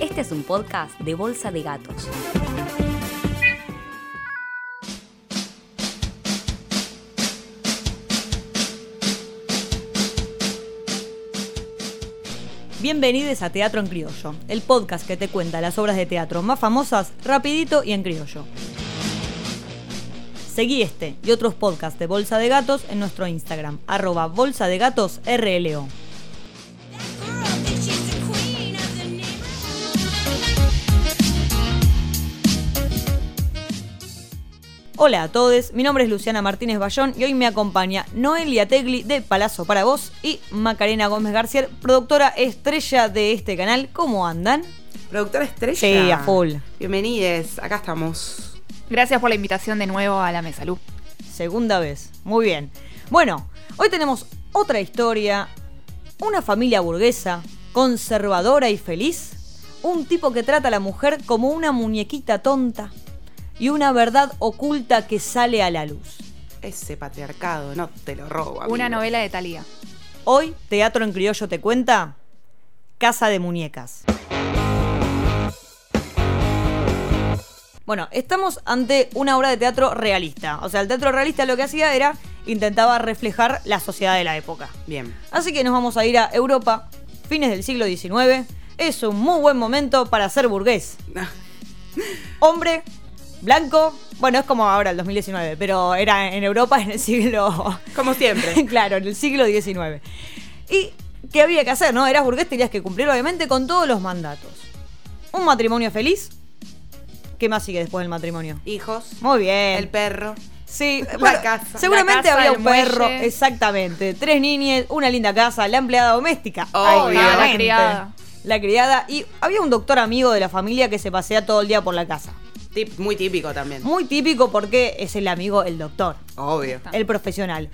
Este es un podcast de Bolsa de Gatos. Bienvenidos a Teatro en Criollo, el podcast que te cuenta las obras de teatro más famosas rapidito y en criollo. Seguí este y otros podcasts de Bolsa de Gatos en nuestro Instagram, arroba Bolsa de Gatos RLO. Hola a todos, mi nombre es Luciana Martínez Bayón y hoy me acompaña Noelia Tegli de Palazo para Vos y Macarena Gómez García, productora estrella de este canal. ¿Cómo andan? Productora estrella. Sí, a full. Bienvenides, acá estamos. Gracias por la invitación de nuevo a la mesa, Lu. Segunda vez, muy bien. Bueno, hoy tenemos otra historia, una familia burguesa, conservadora y feliz, un tipo que trata a la mujer como una muñequita tonta y una verdad oculta que sale a la luz. Ese patriarcado, no te lo robo. Una amigo. novela de Thalía. Hoy, Teatro en Criollo te cuenta Casa de Muñecas. Bueno, estamos ante una obra de teatro realista. O sea, el teatro realista lo que hacía era intentaba reflejar la sociedad de la época. Bien. Así que nos vamos a ir a Europa, fines del siglo XIX. Es un muy buen momento para ser burgués. Hombre, blanco, bueno, es como ahora el 2019, pero era en Europa en el siglo Como siempre. claro, en el siglo XIX. ¿Y qué había que hacer, no? Eras burgués, tenías que cumplir obviamente con todos los mandatos. Un matrimonio feliz. ¿Qué más sigue después del matrimonio? Hijos. Muy bien. El perro. Sí, La bueno, casa. Seguramente La casa, había el un perro. muelle. Exactamente. Tres niñas, una linda casa, la empleada doméstica. Obvio. obviamente. La criada. La criada. Y había un doctor amigo de la familia que se pasea todo el día por la casa. Tip- muy típico también. Muy típico porque es el amigo, el doctor. Obvio. Ah. El profesional.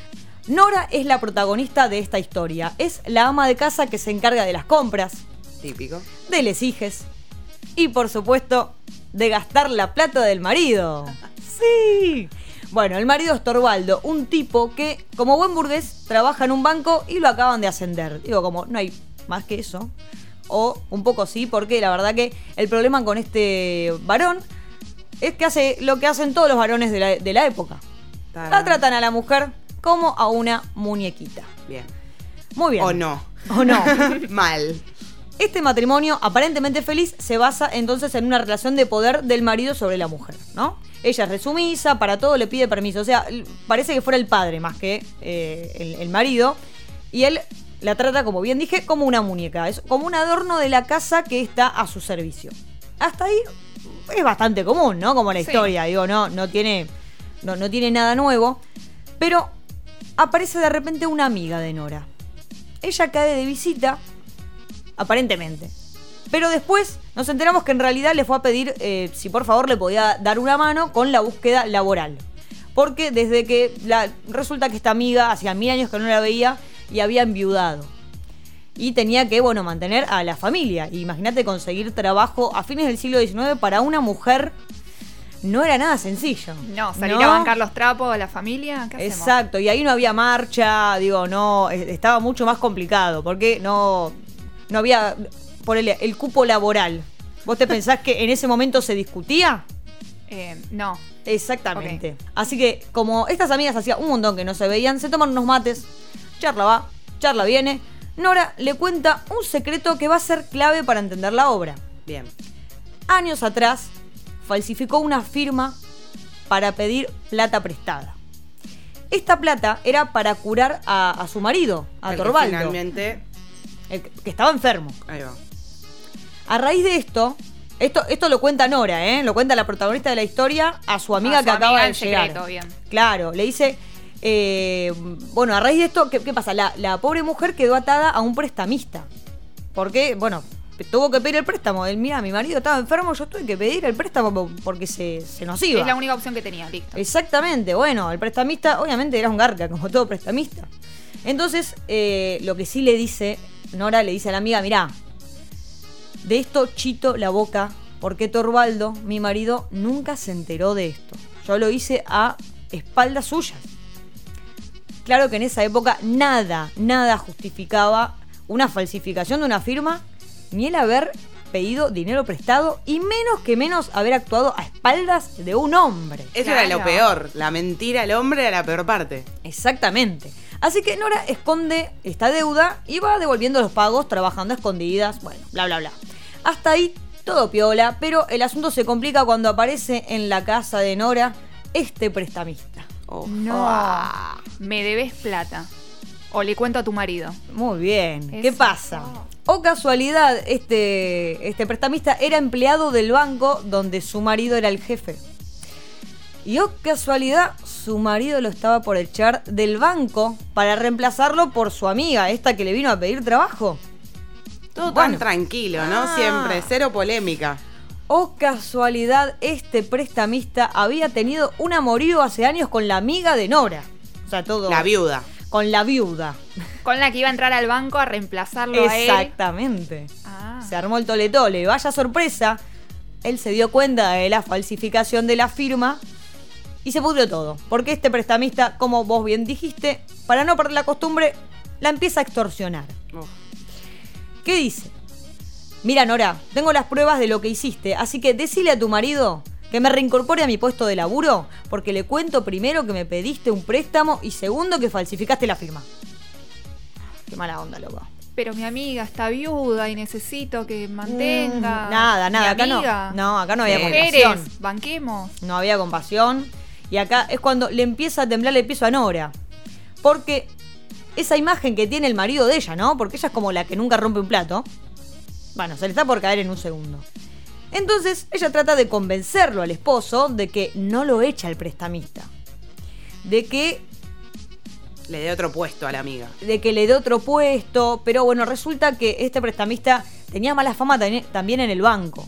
Nora es la protagonista de esta historia. Es la ama de casa que se encarga de las compras, Típico. de les hijes y, por supuesto, de gastar la plata del marido. ¡Sí! Bueno, el marido es Torvaldo, un tipo que, como buen burgués, trabaja en un banco y lo acaban de ascender. Digo, como no hay más que eso. O un poco sí, porque la verdad que el problema con este varón es que hace lo que hacen todos los varones de la- de la época. La tratan a la mujer como a una muñequita. Bien. Muy bien. O no. O no. Mal. Este matrimonio aparentemente feliz se basa entonces en una relación de poder del marido sobre la mujer, ¿no? Ella es resumisa, para todo le pide permiso. O sea, l- parece que fuera el padre más que eh, el, el marido. Y él la trata, como bien dije, como una muñeca. Es como un adorno de la casa que está a su servicio. Hasta ahí es bastante común, ¿no? Como la Sí. historia. Digo, no, no tiene. No, no tiene nada nuevo. Pero aparece de repente una amiga de Nora. Ella cae de visita aparentemente. Pero después nos enteramos que en realidad le fue a pedir eh, si por favor le podía dar una mano con la búsqueda laboral. Porque desde que la- resulta que esta amiga hacía mil años que no la veía y había enviudado. Y tenía que, bueno, mantener a la familia. Y Imagínate conseguir trabajo a fines del siglo XIX para una mujer no era nada sencillo. No, salir a bancar los trapos a la familia. ¿Qué hacemos? Exacto, y ahí no había marcha, digo, no, eh, estaba mucho más complicado, porque no, no había, por el, el cupo laboral. ¿Vos te pensás que en ese momento se discutía? Eh, no. Exactamente. Así que, como estas amigas hacía un montón que no se veían, se toman unos mates, charla va, charla viene. Nora le cuenta un secreto que va a ser clave para entender la obra. Bien. Años atrás, falsificó una firma para pedir plata prestada. Esta plata era para curar a, a su marido, a El que Torvaldo, Finalmente. el que que estaba enfermo. Ahí va. A raíz de esto, esto, esto lo cuenta Nora, ¿eh? lo cuenta la protagonista de la historia a su amiga A su que acaba amiga de en llegar. secreto, bien. Claro, le dice, eh, bueno, a raíz de esto, ¿qué, qué pasa? La, la pobre mujer quedó atada a un prestamista. Porque, bueno, tuvo que pedir el préstamo. Él, mira, mi marido estaba enfermo, yo tuve que pedir el préstamo po- porque se, se nos iba. Es la única opción que tenía, listo. Exactamente, bueno, el prestamista obviamente era un garca, como todo prestamista. Entonces, eh, lo que sí le dice, Nora le dice a la amiga, mirá, de esto chito la boca, porque Torvaldo, mi marido, nunca se enteró de esto. Yo lo hice a espaldas suyas. Claro que en esa época nada, nada justificaba una falsificación de una firma, ni el haber pedido dinero prestado y menos que menos haber actuado a espaldas de un hombre. Eso era lo Claro. peor. La mentira al hombre era la peor parte. Exactamente. Así que Nora esconde esta deuda y va devolviendo los pagos, trabajando a escondidas, bueno, bla, bla, bla. Hasta ahí todo piola, pero el asunto se complica cuando aparece en la casa de Nora este prestamista. Oh. No. Ah. Me debes plata. O le cuento a tu marido. Muy bien. ¿Qué Eso. pasa? O casualidad, este, este prestamista era empleado del banco donde su marido era el jefe. Y o casualidad, su marido lo estaba por echar del banco para reemplazarlo por su amiga, esta que le vino a pedir trabajo. Todo Bueno. tan tranquilo, ¿no? Ah. Siempre, cero polémica. O casualidad, este prestamista había tenido un amorío hace años con la amiga de Nora. O sea, todo. La viuda. Con la viuda. Con la que iba a entrar al banco a reemplazarlo a él. Exactamente. Ah. Se armó el toletole. Vaya sorpresa. Él se dio cuenta de la falsificación de la firma y se pudrió todo. Porque este prestamista, como vos bien dijiste, para no perder la costumbre, la empieza a extorsionar. Oh. ¿Qué dice? Mira, Nora, tengo las pruebas de lo que hiciste, así que decile a tu marido que me reincorpore a mi puesto de laburo, porque le cuento primero que me pediste un préstamo y segundo que falsificaste la firma. Qué mala onda, loco. Pero mi amiga está viuda y necesito que mantenga. Mm, Nada, nada, Mi acá no. amiga. No, acá no había compasión. Mujeres, banquemos. No había compasión. Y acá es cuando le empieza a temblar el piso a Nora. Porque esa imagen que tiene el marido de ella, ¿no? Porque ella es como la que nunca rompe un plato. Bueno, se le está por caer en un segundo. Entonces ella trata de convencerlo al esposo de que no lo echa el prestamista. De que Le dé otro puesto a la amiga. de que le dé otro puesto, pero bueno, resulta que este prestamista tenía mala fama tani- también en el banco.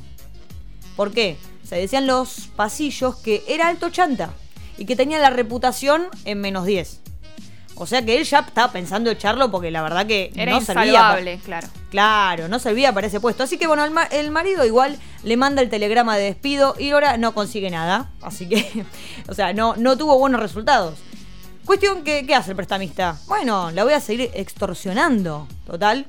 ¿Por qué? Se decían los pasillos que era alto chanta y que tenía la reputación en menos 10. O sea que él ya estaba pensando echarlo porque la verdad que Era no servía. pa- insalvable, claro. Claro, no servía para ese puesto. Así que bueno, el, ma- el marido igual le manda el telegrama de despido y ahora no consigue nada. Así que, o sea, no, no tuvo buenos resultados. Cuestión que, ¿qué hace el prestamista? Bueno, la voy a seguir extorsionando. Total,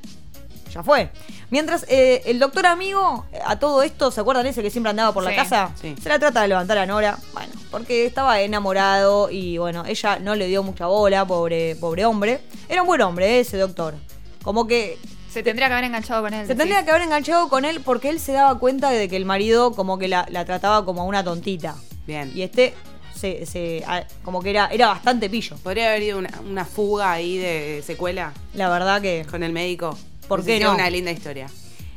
ya fue. Mientras eh, el doctor amigo, eh, a todo esto, ¿se acuerdan ese que siempre andaba por la Sí, casa? sí. Se la trata de levantar a Nora. Bueno, porque estaba enamorado y bueno, ella no le dio mucha bola, pobre, pobre hombre. Era un buen hombre eh, ese doctor. Como que Se tendría que haber enganchado con él. se decís. tendría que haber enganchado con él porque él se daba cuenta de que el marido como que la, la trataba como a una tontita. Bien. Y este se, se- a- como que era, era bastante pillo. Podría haber ido una, una fuga ahí de secuela La verdad que con el médico. ¿Por Nos qué hicieron no? una linda historia.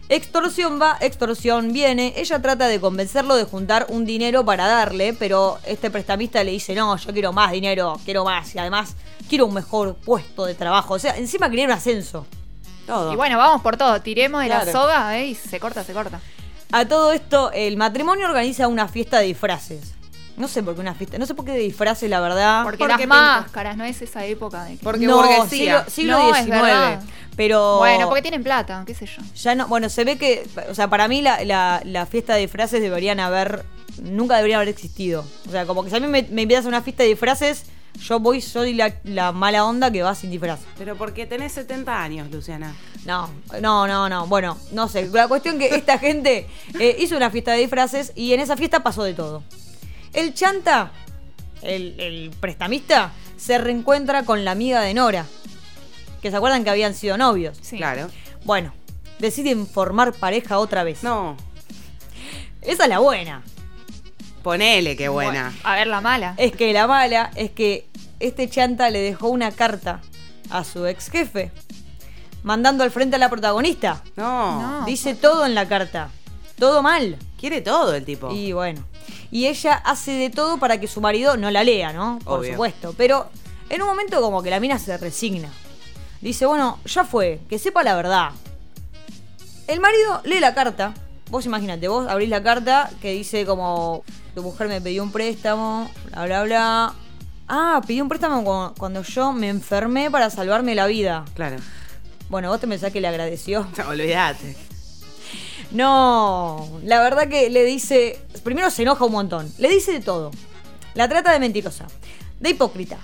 Extorsión va, extorsión viene. Ella trata de convencerlo de juntar un dinero para darle, pero este prestamista le dice, no, yo quiero más dinero, quiero más y además quiero un mejor puesto de trabajo. O sea, encima quería un ascenso. Todo. Y bueno, vamos por todo. Tiremos de Claro. la soga eh, y se corta, se corta. A todo esto, el matrimonio organiza una fiesta de disfraces. No sé por qué una fiesta, no sé por qué de disfraces, la verdad. Porque, Ah, porque las pinta. máscaras, no es esa época de que- Porque no, burguesía. Siglo, siglo No, es verdad. XIX. Pero. Bueno, porque tienen plata, qué sé yo. Ya no, bueno, se ve que, o sea, para mí la, la- la fiesta de disfraces deberían haber, nunca deberían haber existido. O sea, como que si a mí me, me invitas a una fiesta de disfraces, yo voy, soy la, la mala onda que va sin disfraz. Pero porque tenés 70 años, Luciana. No, no, no, no. Bueno, no sé. La cuestión que esta gente eh, hizo una fiesta de disfraces y en esa fiesta pasó de todo. El chanta, el, el prestamista, se reencuentra con la amiga de Nora. Que se acuerdan que habían sido novios. Sí. Claro. Bueno, deciden formar pareja otra vez. No. Esa es la buena. Ponele qué buena. Eh, Bueno, a ver la mala. Es que la mala es que este chanta le dejó una carta a su ex jefe, mandando al frente a la protagonista. No. No. Dice todo en la carta. Todo mal. Quiere todo el tipo. Y bueno. Y ella hace de todo para que su marido no la lea, ¿no? Por Obvio. supuesto. Pero en un momento como que la mina se resigna. Dice, bueno, ya fue, que sepa la verdad. El marido lee la carta. Vos imagínate, vos abrís la carta que dice como, tu mujer me pidió un préstamo, bla, bla, bla. Ah, pidió un préstamo cu- cuando yo me enfermé para salvarme la vida. Claro. Bueno, vos te pensás que le agradeció. No, olvídate. No, la verdad que le dice. Primero se enoja un montón. Le dice de todo. La trata de mentirosa, de hipócrita,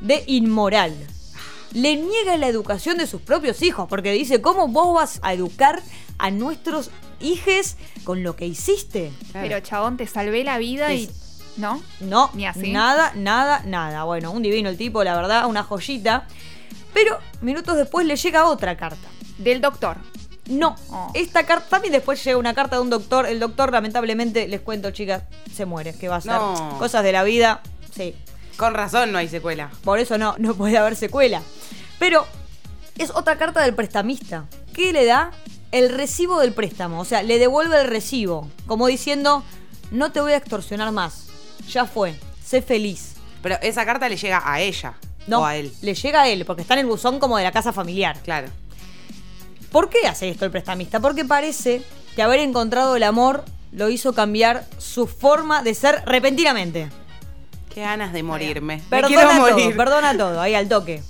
de inmoral. Le niega la educación de sus propios hijos porque dice: ¿Cómo vos vas a educar a nuestros hijes con lo que hiciste. Claro. Pero chabón, te salvé la vida y. ¿No? No, Ni así. nada, nada, nada. Bueno, un divino el tipo, la verdad, una joyita. Pero minutos después le llega otra carta. Del doctor. No, Oh. esta carta también después llega una carta de un doctor. El doctor, lamentablemente, les cuento, chicas, se muere. ¿Qué va a ser? No. Cosas de la vida. Sí, Con razón no hay secuela. por eso no, no puede haber secuela. Pero es otra carta del prestamista. ¿Qué le da? El recibo del préstamo. O sea, le devuelve el recibo. Como diciendo, no te voy a extorsionar más. Ya fue. Sé feliz. Pero esa carta le llega a ella No, o a él. le llega a él, porque está en el buzón como de la casa familiar. Claro. ¿Por qué hace esto el prestamista? Porque parece que haber encontrado el amor lo hizo cambiar su forma de ser repentinamente. Qué ganas de morirme. Me quiero Perdona todo, morir. perdona todo, ahí al toque.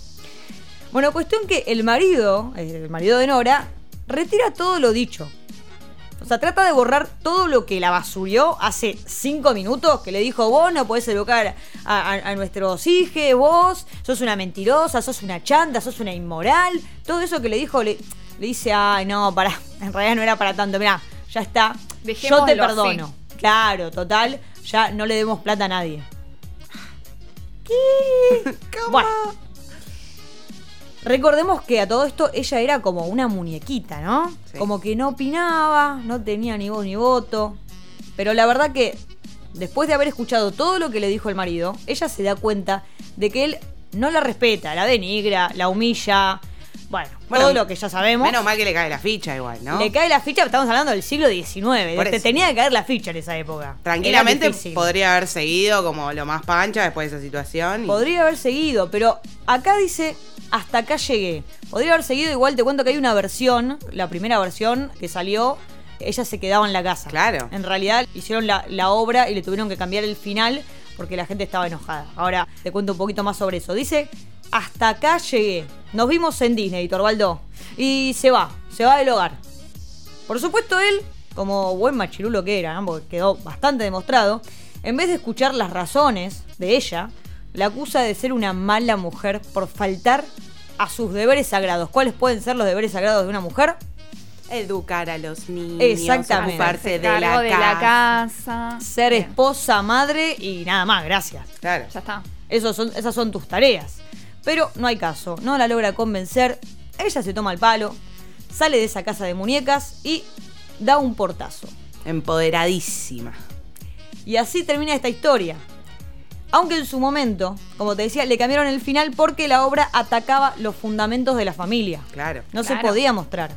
Bueno, cuestión que el marido, eh, el marido de Nora, retira todo lo dicho. O sea, trata de borrar todo lo que la basurió hace cinco minutos, que le dijo, vos no podés educar a, a- a nuestros hijos, vos sos una mentirosa, sos una chanta, sos una inmoral. Todo eso que le dijo, le, le dice, ay, no, para, en realidad no era para tanto, mirá, ya está, yo te Dejémoslo así. perdono. Claro, total, ya no le demos plata a nadie. Bueno. Recordemos que a todo esto ella era como una muñequita, ¿no? Sí. Como que no opinaba, no tenía ni voz ni voto. Pero la verdad que después de haber escuchado todo lo que le dijo el marido, ella se da cuenta de que él no la respeta, la denigra, la humilla. Bueno, Bueno, todo lo que ya sabemos. Menos mal que le cae la ficha igual, ¿no? Le cae la ficha, estamos hablando del siglo XIX. Por Te eso. tenía que caer la ficha en esa época. Tranquilamente Era difícil. podría haber seguido como lo más pancha después de esa situación. y- Podría haber seguido, pero acá dice, hasta acá llegué. Podría haber seguido, igual te cuento que hay una versión, la primera versión que salió, ella se quedaba en la casa. Claro. En realidad hicieron la, la obra y le tuvieron que cambiar el final porque la gente estaba enojada. Ahora te cuento un poquito más sobre eso. Dice, hasta acá llegué. Nos vimos en Disney, Torvaldo. Y se va, se va del hogar. Por supuesto, él, como buen machirulo que era, ¿no? porque quedó bastante demostrado, en vez de escuchar las razones de ella, la acusa de ser una mala mujer por faltar a sus deberes sagrados. ¿Cuáles pueden ser los deberes sagrados de una mujer? Educar a los niños. Exactamente. Ocuparse Hacerse de la, cargo de casa. la casa. Ser Bien, esposa, madre y nada más, gracias. Claro. Ya está. Esos son, esas son tus tareas. Pero no hay caso, no la logra convencer, ella se toma el palo, sale de esa casa de muñecas y da un portazo. Empoderadísima. Y así termina esta historia. Aunque en su momento, como te decía, le cambiaron el final porque la obra atacaba los fundamentos de la familia. Claro. No se Claro. podía mostrar.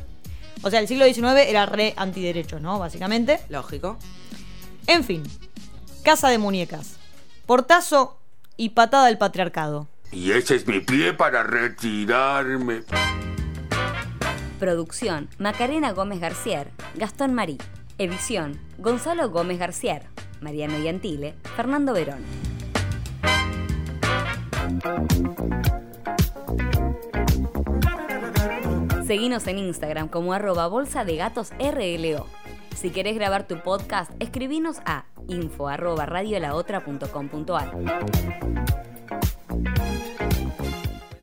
O sea, el siglo XIX era re antiderecho, ¿no? Básicamente. Lógico. En fin, casa de muñecas, portazo y patada al patriarcado. Y ese es mi pie para retirarme. Producción, Macarena Gómez Garcier, Gastón Marí. Edición, Gonzalo Gómez Garcier, Mariano Yantile, Fernando Verón. Seguinos en Instagram como arroba bolsa de gatos RLO. Si querés grabar tu podcast, escribinos a info arroba radiolaotra.com.ar.